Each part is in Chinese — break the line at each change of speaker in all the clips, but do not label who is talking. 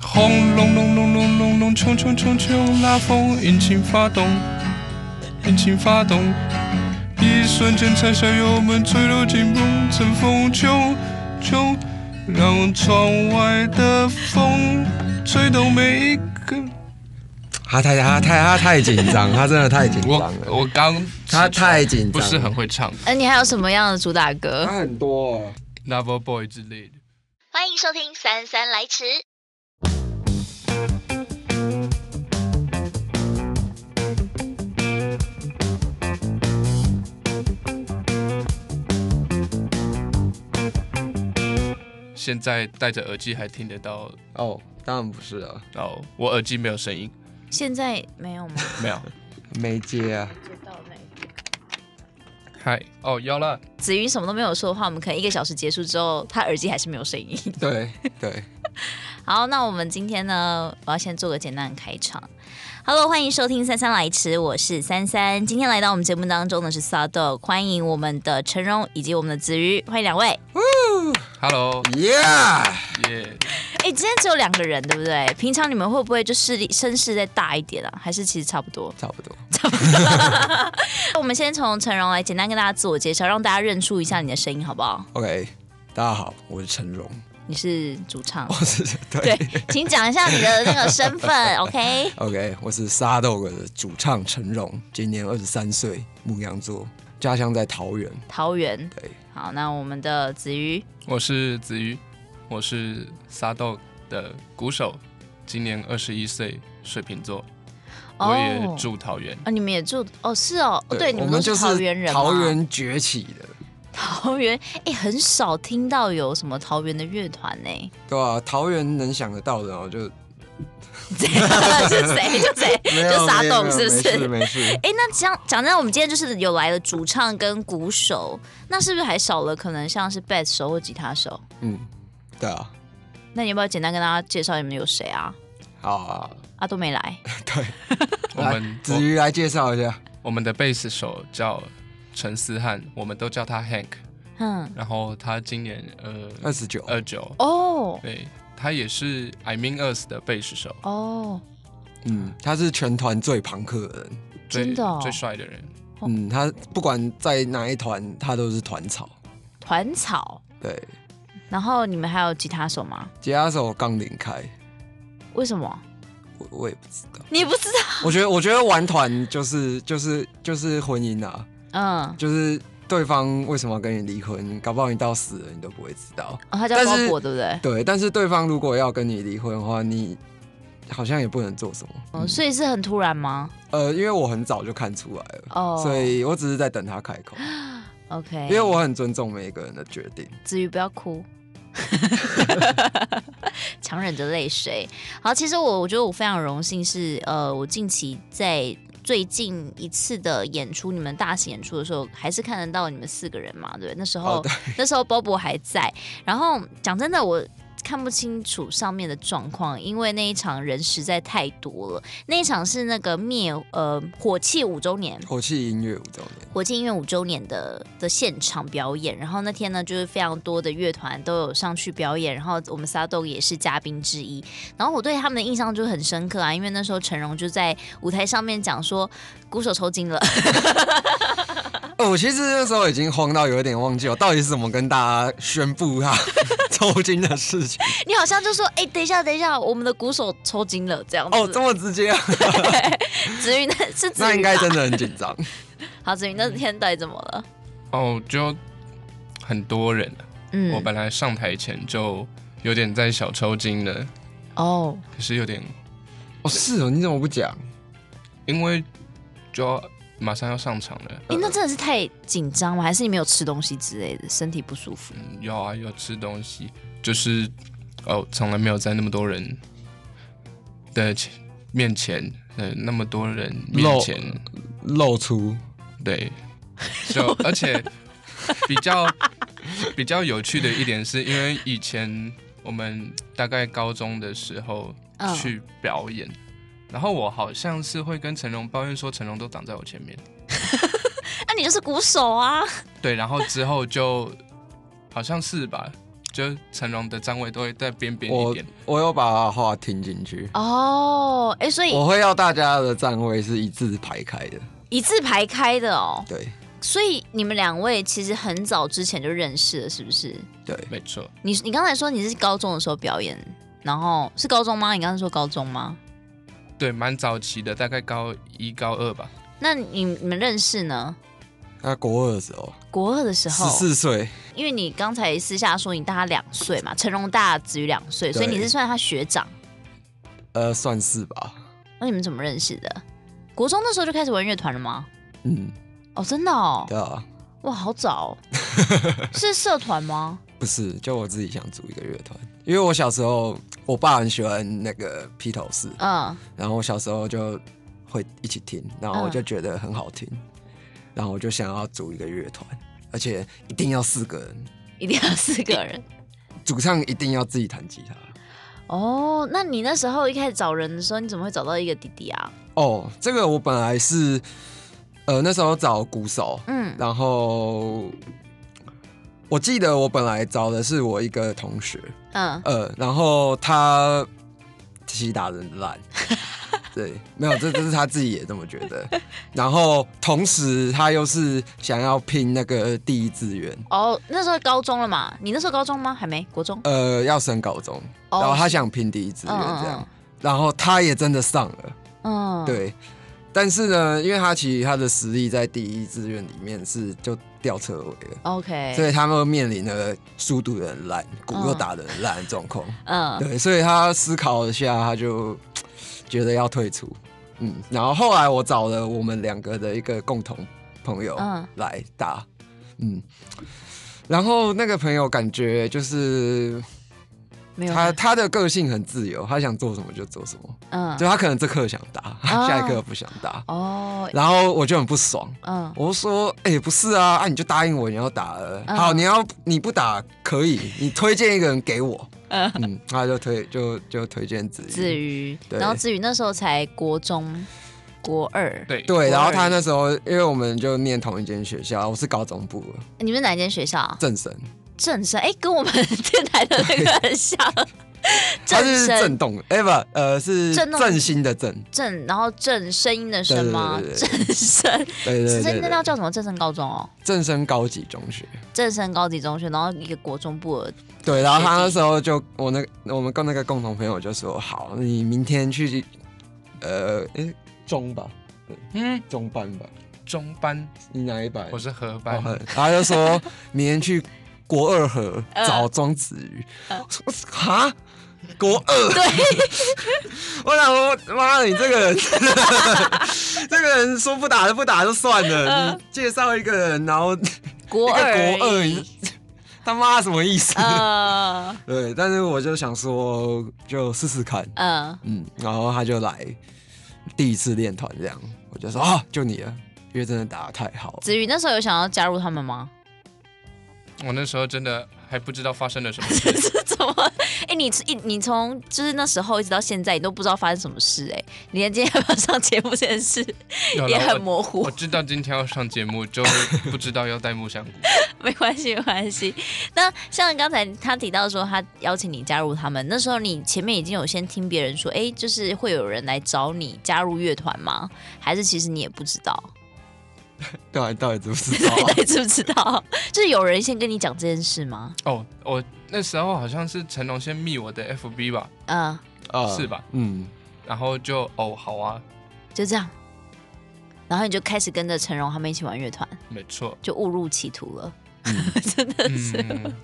轰隆隆隆隆隆隆，冲冲冲冲，拉风，引擎发动，引擎发动，一瞬间踩下油门，坠落进不乘风，冲冲，让窗外的风吹动每一个。
他太他太他太紧张，他真的太紧张
我
了，
我刚
他太紧张，
不是很，会唱《
哎、你还有什么样的主打歌？
他很多哦。
Lover Boy》之类的。
欢迎收听《姗姗来迟》。
现在戴着耳机还听得到，
哦，当然不是了，
然后我耳机没有声音，
现在没有吗？
没 有。
没接啊，
接到没？
嗨，哦，要了。
子瑜什么都没有说的话，我们可能一个小时结束之后，他耳机还是没有声音。
对对，
好，那我们今天呢，我要先做个简单的开场。Hello，欢迎收听《三三来迟》，我是三三。今天来到我们节目当中的是 s a d o 欢迎我们的陈荣以及我们的子瑜，欢迎两位。
Hello，
yeah，
耶、
哎、今天只有两个人，对不对？平常你们会不会就势力声势再大一点啊？还是其实差不多？
差不多，
我们先从陈荣来简单跟大家自我介绍，让大家认出一下你的声音，好不好？
OK，大家好，我是陈荣，
你是主唱
我，是
对
对，
请讲一下你的那个身份，OK？
，OK，我是沙豆哥的主唱陈荣，今年二十三岁，牧羊座，家乡在桃园，
桃园，
对，
好，那我们的子瑜，
我是子瑜，我是沙豆的鼓手，今年二十一岁，水瓶座，
哦
我也住桃 园。
啊，你们也住哦，是哦，哦对，你
我
都
们就是
桃园人嘛，啊
桃园崛起的，
桃园，哎，很少听到有什么桃园的乐团 呢，
对啊，桃园能想得到的哦，就
这样是谁就谁
没有
就傻
没有
懂
没有
是不是？
没事，没事
哎，那讲讲真的，我们今天就是有来了主唱跟鼓手，那是不是还少了可能像是贝斯手或吉他手？
嗯，对啊，
那你要不要简单跟大家介绍你们有谁啊？
好啊，
啊，都没来，
我们
子
我
瑜来介绍一下，
我们的贝斯手叫陈思翰，我们都叫他 Hank，
嗯，
然后他今年呃
二十九，
二九，
哦
对他也是 I Mean Us 的贝斯手，
哦，
嗯，他是全团最朋克的人，
最
真的哦
最帅的人。
哦
嗯，他不管在哪一团，他都是团草，
团草，
对，
然后你们还有吉他手吗？
吉他手杠铃开，
为什么？
我我也不知道，
你不知道？
我觉得我觉得玩团就是就是就是婚姻啊，
嗯，
就是对方为什么要跟你离婚，搞不好你到死了你都不会知道，
哦、他叫
但
包
是
裹，对不对？
对，但是对方如果要跟你离婚的话，你好像也不能做什么，
嗯，所以是很突然吗？
呃，因为我很早就看出来了，
哦，
所以我只是在等他开口，
OK，
因为我很尊重每一个人的决定。
子瑜不要 哭，强忍着泪水。好，其实我我觉得我非常荣幸是，呃，我近期在最近一次的演出，你们大型演出的时候，还是看得到你们四个人嘛，对不对？那时候、
哦对
那时候鲍勃还在，然后讲真的我。看不清楚上面的状况，因为那一场人实在太多了。那一场是那个灭呃火器五周年，
火气音乐五周年，
国际音乐五周年的的现场表演，然后那天呢，就是非常多的乐团都有上去表演，然后我们沙豆也是嘉宾之一。然后我对他们的印象就很深刻啊，因为那时候陈荣就在舞台上面讲说，鼓手抽筋了，
哦，我其实那时候已经慌到有点忘记我到底是怎么跟大家宣布他 抽筋的事情。
你好像就说，哎、等一下，等一下，我们的鼓手抽筋了，这样子。
哦，这么直接、啊，
子云那是子
那
云
应该真的很紧张。
好，子云那天到底怎么了？
哦，就很多人，我
嗯，
本来上台前就有点在小抽筋了，
哦，
可是有点
哦，是哦，你怎么不讲？
因为就要马上要上场了。
哎、那真的是太紧张吗？还是你没有吃东西之类的，身体不舒服？
嗯有啊，有吃东西，就是哦，从来没有在那么多人的前面前，呃，那么多人面
露
前，
露出
对，就而且比较比较有趣的一点是，因为以前我们大概高中的时候
嗯
去表演，然后我好像是会跟成龙抱怨说，成龙都挡在我前面，
那、你就是鼓手啊。
对，然后之后就好像是吧，就成龙的站位都会在边边一
我
点。
我有把话听进去，
哦，哎，所以
我会要大家的站位是一字排开的，
一字排开的哦，
对
所以你们两位其实很早之前就认识了，是不是？
对，
没错，
你你刚才说你是高中的时候表演，然后是高中吗？你刚才说高中吗？
对，蛮早期的，大概高一高二吧。
那你你们认识呢？
那国二的时候，
国二的时
十
候，
四岁，
因为你刚才私下说你大他两岁嘛，成龙大子瑜两岁，
对
所以你是算他学长。
呃，算是吧，
那你们怎么认识的？国中那时候就开始玩乐团了吗？
嗯，
哦，真的哦，
对啊，
哇，好早、哦，是社团吗？
不是，就我自己想组一个乐团，因为我小时候我爸很喜欢那个披头士，
嗯，
然后我小时候就会一起听，然后我
嗯
就觉得很好听，然后我就想要组一个乐团，而且一定要四个人，
一定要四个人。
主唱一定要自己弹吉他。
哦，那你那时候一开始找人的时候，你怎么会找到一个弟弟啊？
哦，这个我本来是，呃，那时候找鼓手，
嗯
然后我记得我本来找的是我一个同学，
嗯，
呃，然后他其实打得很 烂，对，没有，这这是他自己也这么觉得。然后同时他又是想要拼那个第一志愿，
哦，那时候高中了嘛？你那时候高中吗？还没，国中。
呃，要升高中，
哦
然后他想拼第一志愿这样，
嗯嗯
然后他也真的上了，
嗯，
对。但是呢，因为他其实他的实力在第一志愿里面是就吊车尾了。
，OK，
所以他们面临了书读的很烂，鼓又
嗯
打的很烂的状况。
嗯
对，所以他思考一下，他就觉得要退出。嗯，然后后来我找了我们两个的一个共同朋友
嗯
来打，嗯，然后那个朋友感觉就是
没有
他他的个性很自由，他想做什么就做什么，
嗯
就他可能这刻想打，
哦
下一刻不想打，
哦
然后我就很不爽，
嗯
我就说，哎、不是啊，啊你就答应我你要打了，
嗯
好，你要你不打可以，你推荐一个人给我，嗯，他就推就就推荐子
子
瑜，
瑜，
对
然后子瑜那时候才国中国二，
对
对，然后他
呢？
那时候因为我们就念同一间学校，我是高中部的
你们是哪一间学校啊？
正神，
正声，哎，跟我们 电台的那个很像，
他是
声
震动，哎、不，呃是
震动
振兴的振，
正，然后正声音的声吗？
对对
正声，
对对对
正声
对
那叫叫什么？正声高中哦，
正升高级中学。
正声高级中学，然后一个国中部的，
对，然后他
学
那
弟
时候就我那个我们跟那个共同朋友就说，好，你明天去，呃，诶中吧，
嗯，
中班吧，
中班，
你哪一班？
我是合
然
班，
后哦他就说明天去国二河
呃
找庄子瑜。我说哈，国二？对， 我想说，妈的，你这个人， 这个人说不打就不打就算了，你介绍一个人，然后一
呃国
个
二而已，
国二，你他妈什么意思？
呃
对，但是我就想说，就试试看，
嗯，
嗯，然后他就来第一次练团这样，我就说啊，就你了，因为真的打的太好了。
子瑜那时候有想要加入他们吗？
我那时候真的还不知道发生了什 么事。
这怎么？哎、你一你从就是那时候一直到现在，你都不知道发生什么事哎、你连今天要不要上节目这件事
有
也
了
很
我
模糊
我。知道今天要上节目，就不知道要带木香菇。
没关系，没关系。那像刚才他提到说他邀请你加入他们，那时候你前面已经有先听别人说，哎、就是会有人来找你加入乐团吗？还是其实你也不知道？
到底到底知不知 道、
对
啊？
对，知不知道？ 就是有人先跟你讲这件事吗？
哦，我那时候好像是成龙先密我的 FB 吧，
嗯，
啊
是吧？
嗯，
然后就哦好啊，
就这样。然后你就开始跟着陈荣他们一起玩乐团，
没错，
就误入歧途了， 真的是。
嗯，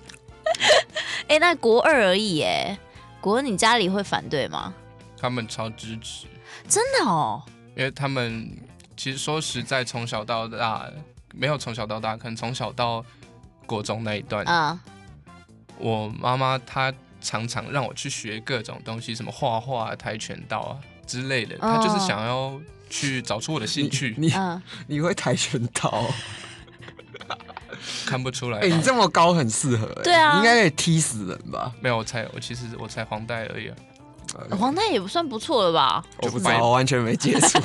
哎、那国二而已哎，国二你家里会反对吗？
他们超支持，
真的哦，
因为他们其实说实在，从小到大没有从小到大，可能从小到国中那一段，
啊、
我妈妈她常常让我去学各种东西，什么画画、啊、跆拳道啊之类的，她就是想要去找出我的兴趣，
哦你
嗯，
你会跆拳道哦？
看不出来吧
哎、你这么高很适合、哎
对啊
你应该可以踢死人吧？
没有，我才我其实我才黄带而已啊、
黄带也不算不错了吧？
我不知
白
道，我完全没接 触。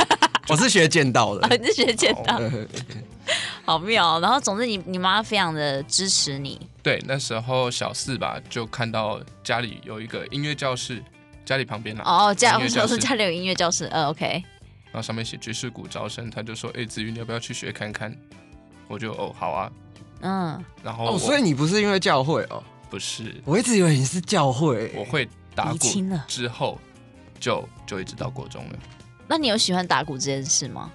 我是学剑道
啊，
的。
你是学剪刀，
呃
好妙哦。然后总之你你妈非常的支持你，
对，那时候小四吧，就看到家里有一个音乐教室，家里旁边啦。
哦，这样
音
我
乐教
说
室
是，家里有音乐教室，呃，OK，
然后上面写爵士鼓招生，他就说：“哎、子瑜，你要不要去学看看？”我就哦，好啊。
嗯，
然后我、
哦，所以你不是因为教会哦，
不是，
我一直以为你是教会、欸
我会打
厘清
鼓
了
之后，就就一直到国中了。
那你有喜欢打鼓这件事吗？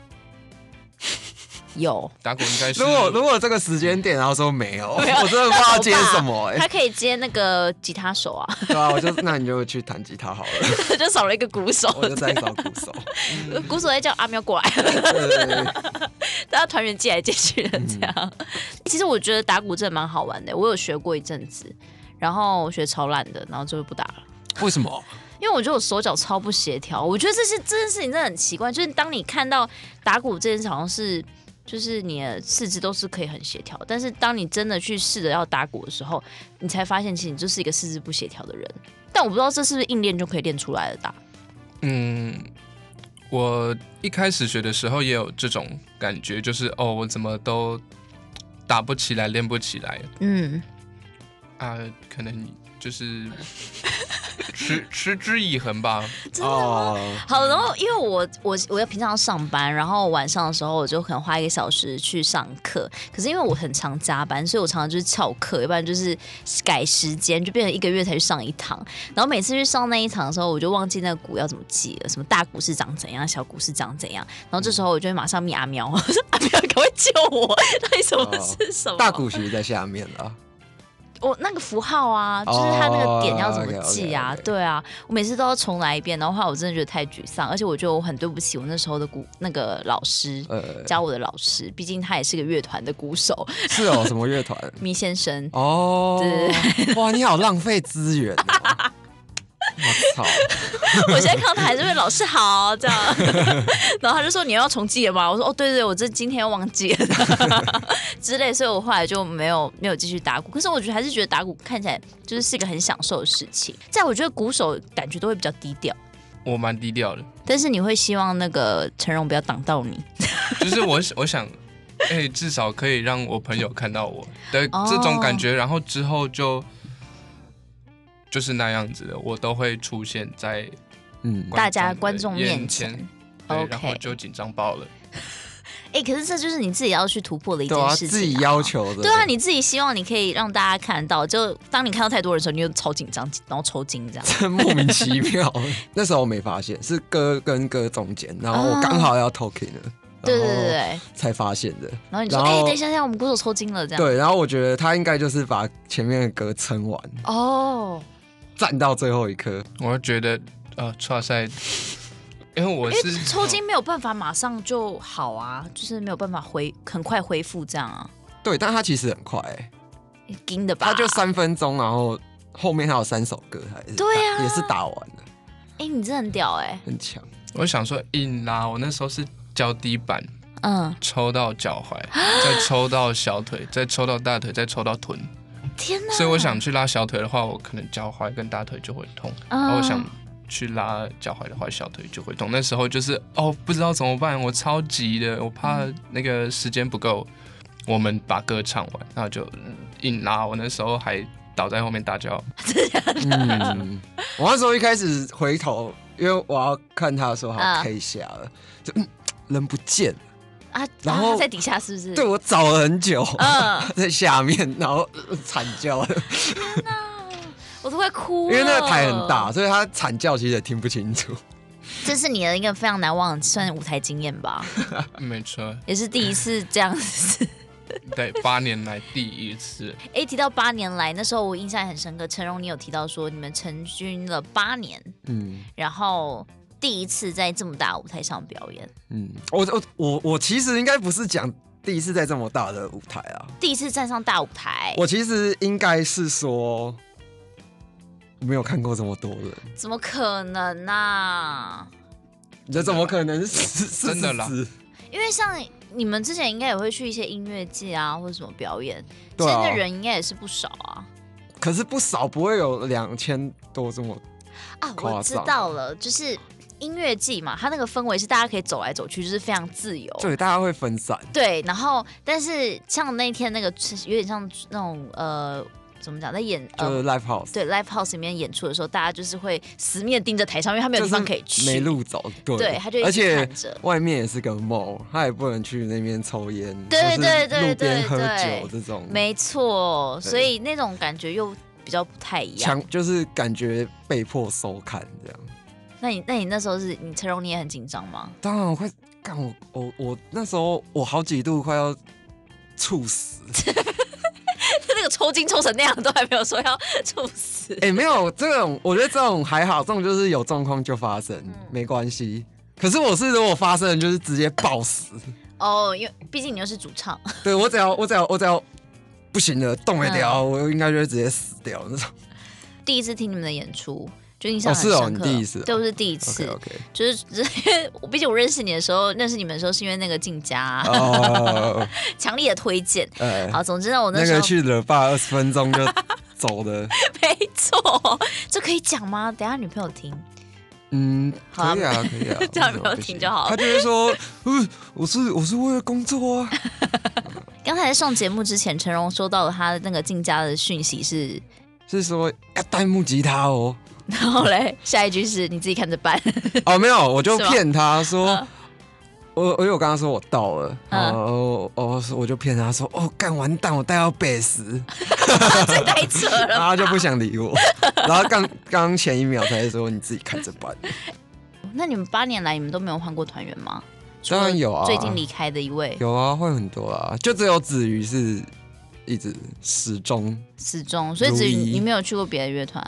有，
打鼓应该是
如果如果这个时间点，然后说没有，我真的不知道接什么哎、
他可以接那个吉他手啊，
对啊，我就那你就去弹吉他好了，
就少了一个鼓手，
我就再找鼓手。
鼓手在叫阿喵过来，
对对对 嗯
大家团员借来借去的这样。其实我觉得打鼓真的蛮好玩的，我有学过一阵子，然后我学超烂的，然后最后不打了。
为什么？
因为我觉得我手脚超不协调，我觉得这些这件事情真的很奇怪。就是当你看到打鼓这件事，好像是就是你的四肢都是可以很协调，但是当你真的去试着要打鼓的时候，你才发现其实你就是一个四肢不协调的人。但我不知道这是不是硬练就可以练出来的打。
嗯，我一开始学的时候也有这种感觉，就是哦，我怎么都打不起来，练不起来
嗯，
啊，可能就是持持之以恒吧。
哦，
好，然后因为我我我要平常上班，然后晚上的时候我就可能花一个小时去上课。可是因为我很常加班，所以我常常就是翘课，要不然就是改时间，就变成一个月才去上一堂。然后每次去上那一堂的时候，我就忘记那个鼓要怎么记了，什么大鼓是长怎样，小鼓是长怎样。然后这时候我就会马上密阿喵，我说阿喵，赶快救我！到底什么是什么？
哦大鼓其实在下面啊。
我那个符号啊，
哦
就是它那个点要怎么记啊
OK，OK，OK
对啊，我每次都要重来一遍，然后后来我真的觉得太沮丧，而且我觉得我很对不起我那时候的鼓那个老师，
呃，
教我的老师，毕竟他也是个乐团的鼓手，
是哦，什么乐团？
咪先生。
哦
对，
哇，你好浪费资源哦！ 我操，
我现在看到他还是会老师好这样， 然后他就说你要重记了吗？我说哦对对，我这今天忘记了 之类，所以我后来就没有没有继续打鼓。可是我觉得还是觉得打鼓看起来就是是一个很享受的事情，在我觉得鼓手感觉都会比较低调。
我蛮低调的，
但是你会希望那个陈荣不要挡到你，
就是我我想，哎、至少可以让我朋友看到我的
哦
这种感觉，然后之后就就是那样子的，我都会出现在
嗯，
观
大家
的
观众面
眼前
前。。
对
OK
然后就紧张爆了。
哎、可是这就是你自己要去突破的一件
对啊，
事情、
自己要。求的。
对啊，你自己希望你可以让大家看到，就当你看到太多人的时候，你就超紧张，然后抽筋这样。
真 莫名其妙。 那时候我没发现，是歌跟歌中间，然后我刚好要 talking 了，
啊对对对对，
然后
对
才发现的。
然后你说，
然
哎、
后
等一下，等一下，我们鼓手抽筋了这样。
对，然后我觉得他应该就是把前面的歌撑完，
哦，
站到最后一刻。
我就觉得呃，哇塞，因为我
因
是
为抽筋没有办法马上就好啊，就是没有办法恢很快恢复这样啊，
对，但他其实很快、欸，
硬的吧？
他就三分钟，然后后面还有三首歌，还是
对啊
打也是打完了，
哎、你真的很屌哎、
很强。
我想说硬拉，我那时候是脚底板
嗯，
抽到脚 踝，再抽到小腿，再抽到大腿，再抽到臀，
天哪！
所以我想去拉小腿的话，我可能脚踝跟大腿就会痛，
嗯，
然后我想。去拉脚踝的话，小腿就会痛。那时候就是哦，不知道怎么办，我超级的，我怕那个时间不够，我们把歌唱完，然后就嗯硬拉。我那时候还倒在后面大叫，
嗯，我那时候一开始回头，因为我要看他的时候，他
啊
K 下了，就嗯，人不见了。
啊，
然
然
后
后在底下是不是？
对我找了很久，
嗯
在下面，然后呃惨叫，
我都会哭，
因为那个台很大，。所以他惨叫其实也听不清楚。
这是你的一个非常难忘，算是舞台经验吧，
没错，
也是第一次这样子。
对，八年来第一次。
哎，提到八年来，那时候我印象也很深刻，陈荣你有提到说你们成军了八年，
嗯
然后第一次在这么大的舞台上表演，
嗯，我我我我其实应该不是讲第一次在这么大的舞台啊，
第一次站上大舞台，
我其实应该是说没有看过这么多人，
怎么可能呢、
这怎么可能是是
真的啦？
是是
因为像你们之前应该也会去一些音乐季啊，或者什么表演，
对啊
现在人应该也是不少啊。
可是不少，不会有两千多这么
啊，
夸
我知
张
道了，就是音乐季嘛，它那个氛围是大家可以走来走去，就是非常自由。
对，大家会分散。
对然后但是像那天那个有点像那种呃怎么讲，在演
就
呃
是 live house，
对 live house 里面演出的时候，大家就是会死命地盯着台上，因为他没有
就
地
是
方可以去，
没路走，对，
对他就一直
而且
看着
外面也是个 mall，他也不能去那边抽烟，
对
或是
对对
路边
对
喝
对
酒这种，
没错，
对
所以那种感觉又比较不太一样。
强就是感觉被迫收看这样。
那你那你那时候是你陈荣，你也很紧张吗？
当然我快干我我我那时候我好几度快要猝死，
他那个抽筋抽成那样，都还没有说要 猝死。
哎、没有这种，我觉得这种还好，这种就是有状况就发生，
嗯
没关系。可是我是如果发生，就是直接暴死。
哦，因为毕竟你又是主唱，
对我只要我只要我只要不行了，动
嗯
不了，我应该就会直接死掉那种。
第一次听你们的演出，就印象
哦
很
是哦
深刻。
你第一次哦
对，我是第一次
OK OK，
就是只是因为我毕竟我认识你的时候，认识你们的时候是因为那个静佳、啊
哦，
强烈的推荐。
哎，
好，总之呢，我那
那
时
个
候、
去惹爸二十分钟就走的，
没错，这可以讲吗？等一下女朋友听。
嗯，
好啊
可以啊，可以 啊，
这样
为什么
没有
不行
听就好了
他就会说，嗯，我是我是为了工作啊，
刚才上节目之前，陈荣收到了他的那个进家的讯息是，
是说要带木吉他哦。
然后嘞，下一句是你自己看 着办。
哦，没有， 我就是
吗
骗他说
嗯，
我我有跟他说我到了，
嗯
然后哦，我就骗他说，哦，干完蛋，我带到贝斯，
这太扯
然
了。
后他就不想理我，然后刚刚前一秒才说你自己看着办，
那你们八年来，你们都没有换过团员吗？
当然有啊
最近离开的一位
有啊，会很多啊，就只有子瑜是一直始终
始终，所以只
如一
你没有去过别的乐团。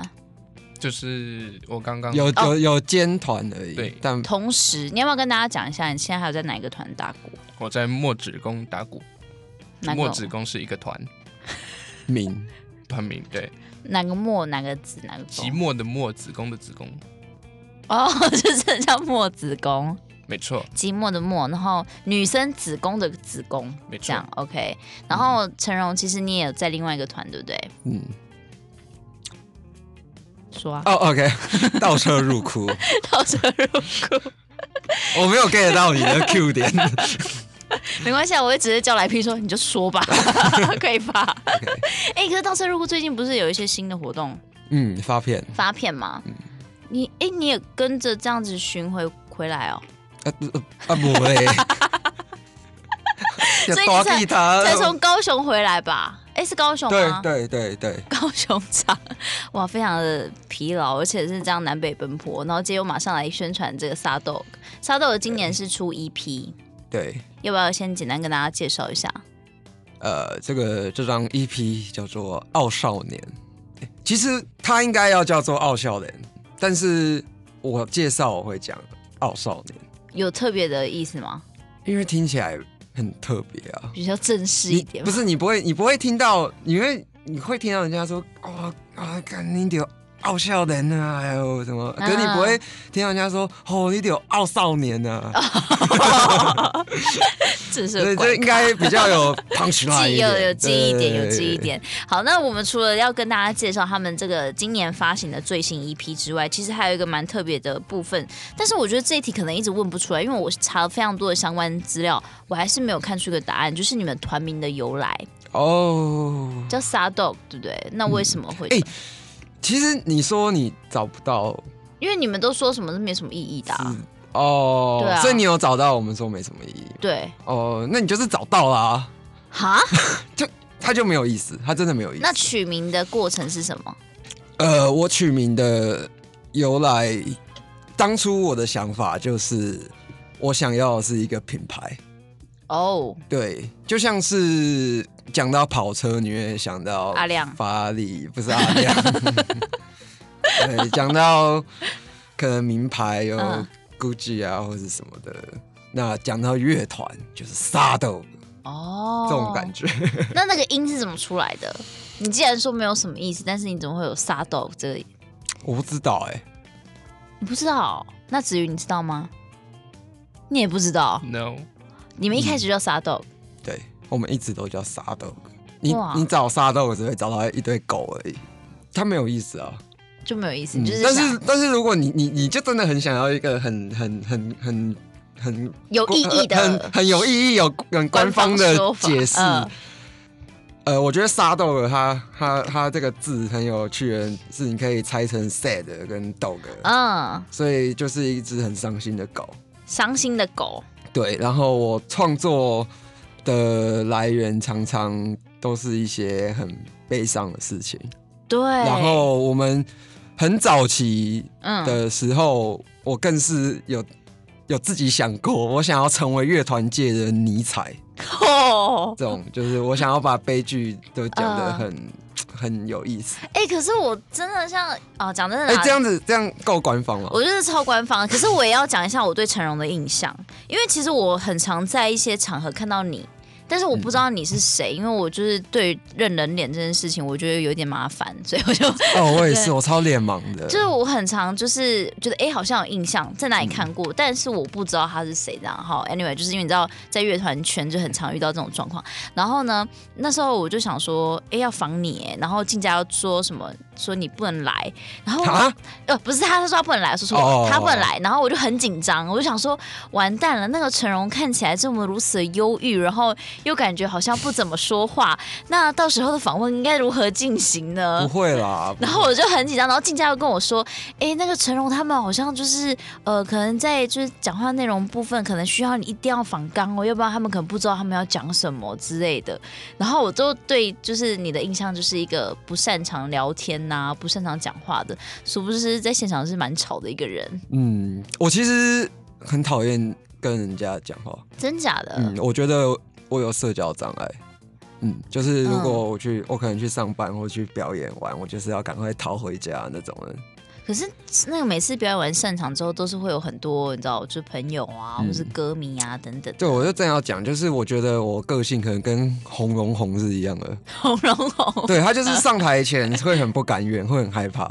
就是我刚刚
有
哦
有有兼团而已，
对
但
同时，你要不要跟大家讲一下，你现在还有在哪一个团打鼓？
我在墨子宫打鼓，
哪
墨
个
子宫是一个团
名
团名，
哦
对，
哪个墨哪个子哪个
即
宫？
墨的墨，子宫的子宫，
哦， 就是很像墨子宫，
没错，
即墨的墨，然后女生子宫的子宫，
没
这样
错，
OK。然后陈荣，其实你也有在另外一个团，对不对？
嗯
说啊，
哦，OK，倒 车入库，
到时候如果
我没有 get 到你的 Q 点
没关系，啊，我会直接叫来宾说，你就 说吧，可以吧？
，OK，
哎、可是到时候如果最近不是有一些新的活动
嗯，发片，
发片吗？你哎、你也跟着这样子巡回回来哦，
啊不啊不嘞，
所以你
大
才
吉他
再从高雄回来吧？哎、是高雄
呃对
吗？
对对对，
高雄场，哇，非常的疲劳，而且是这样南北奔波，然后接又马上来宣传这个沙豆，沙豆今年是出 EP，
对，
要不要先简单跟大家介绍一下？
呃，这个这张 EP 叫做《傲少年》，其实它应该要叫做《傲少年》，但是我介绍我会讲《傲少年
有特别的意思吗？》，
因为听起来很特别啊。
比较正式一
你
点吗？
不是你不会，你不会听到，你会你会听到人家说哦啊，看你有傲少年啊，还有什么？可是你不会听到人家说哦，你有傲少年啊，
正式
所以
哦的怪
这应该比较有 punch line，
记
一
忆有
点
有记忆点，有记忆。
对对对
点。好，那我们除了要跟大家介绍他们这个今年发行的最新 EP 之外，其实还有一个蛮特别的部分，但是我觉得这一题可能一直问不出来，因为我查了非常多的相关资料，我还是没有看出一个答案，就是你们团名的由来
哦，
叫 s a Dog，对不对？那为什么会？
哎其实你说你找不到
因为你们都说什么是没什么意义的、啊，
哦
对，啊
所以你有找到我们说没什么意义
对，
哦，那你就是找到啦，
哈？
它就没有意思，它真的没有意思
那。取名的过程是什么？
呃，我取名的由来，当初我的想法就是，我想要的是一个品牌，
哦、
对，就像是讲到跑车，你会想到
阿亮
法拉利不是阿 亮，对，讲到可能名牌有
嗯
GUCCI 啊，或是什么的。那讲到乐团，就是 s a d o
哦，
这种感觉，
那那个音是怎么出来的？你既然说没有什么意思，但是你怎么会有沙豆这个？
我不知道哎、
你不知道？那子瑜你知道吗？你也不知道，
，no，
你们一开始就叫沙豆、
对我们一直都叫沙豆。你
哇
你找沙豆，只会找到一堆狗而已，它没有意思啊。
就没有意思，
嗯
就是
但
想
是但是如果你你你就真的很想要一个很很很很很
有意义的
很很有意义有很官方的
说法
解释，
嗯
呃，我觉得沙豆儿它它它这个字很有趣的是，你可以拆成 sad 跟 dog，、
嗯，
所以就是一只很伤心的狗。
伤心的狗，
对，然后我创作的来源常常都是一些很悲伤的事情。
对，
然后我们很早期
嗯，
的时候，我更是有有自己想过，我想要成为乐团界的尼采，
哦，
这种就是我想要把悲剧都讲得很、
嗯
很有意思。
哎、可是我真的像哦，讲真的
哎、
啦，
这样子这样够官方吗？
我觉得超官方，可是我也要讲一下我对陈荣的印象，因为其实我很常在一些场合看到你，但是我不知道你是谁，因为我就是对于认人脸这件事情，我觉得有点麻烦，所以我就
哦，我也是，
对
我超脸盲的。
就是我很常就是觉得哎、诶好像有印象，在哪里看
嗯
过，但是我不知道他是谁这样哈。Anyway，就是因为你知道在乐团圈就很常遇到这种状况。然后呢，那时候我就想说，哎、要防你，诶然后静佳要说什么，说你不能来，然后
啊，
呃，不是他，他说他不能来，说说
哦
他不能来，然后我就很紧张，我就想说完蛋了，那个陈荣看起来这么如此的忧郁，然后又感觉好像不怎么说话，那到时候的访问应该如何进行
不
呢？
会啦。
然后我就很紧张，然后静佳又跟我说，哎，那个陈荣他们好像就是呃，可能在就是讲话内容部分，可能需要你一定要反纲哦，要不然他们可能不知道他们要讲什么之类的。然后我就对就是你的印象就是一个不擅长聊天呐、不擅长讲话的，殊不知在现场是蛮吵的一个人，
嗯，我其实很讨厌跟人家讲话。
真假的？
嗯，我觉得我有社交障碍。嗯，就是如果我去，我可能去上班或去表演完，我就是要赶快逃回家那种人。
可是那个每次表演完散场之后，都是会有很多你知道，就是朋友啊，
嗯
或是歌迷啊等等。
对，我就正要讲，就是我觉得我个性可能跟红荣红是一样的。
红龙红，
对他就是上台前会很不甘愿，会很害怕，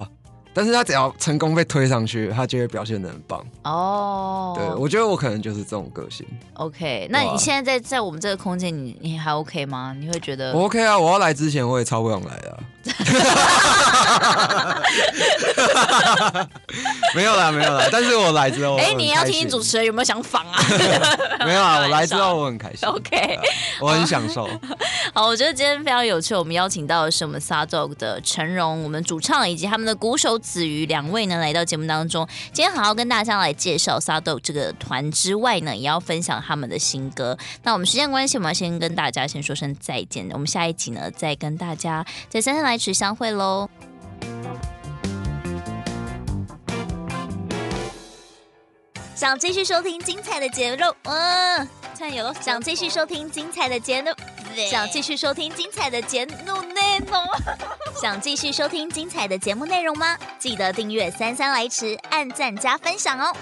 但是他只要成功被推上去，他就会表现的很棒。
哦，
对，我觉得我可能就是这种个性。
OK，那
哇
你现在在在我们这个空间，你你还 OK 吗？你会觉得
我 OK 啊，我要来之前我也超不想来的啊、 没有啦，没有啦，但是我来之后我很
哎、
开心，
你要听听主持人有没有想仿啊
没有啊，我
开玩笑
来之后我很开心啊
？OK，
我很享受。
好，我觉得今天非常有趣。我们邀请到的是我们 s a d o g 的陈荣，我们主唱以及他们的鼓手子瑜两位呢来到节目当中。今天好好跟大家来介绍 s a d o g 这个团之外呢，也要分享他们的新歌。那我们时间关系，我们要先跟大家先说声再见。我们下一集呢再跟大家在姗姗来迟相会喽。
想继续收听精彩的节目，嗯，加油！想继续收听精彩的节目，想继续收听精彩的节目内容，想继续收听精彩的节目内容吗？记得订阅三三来迟，按赞加分享哦，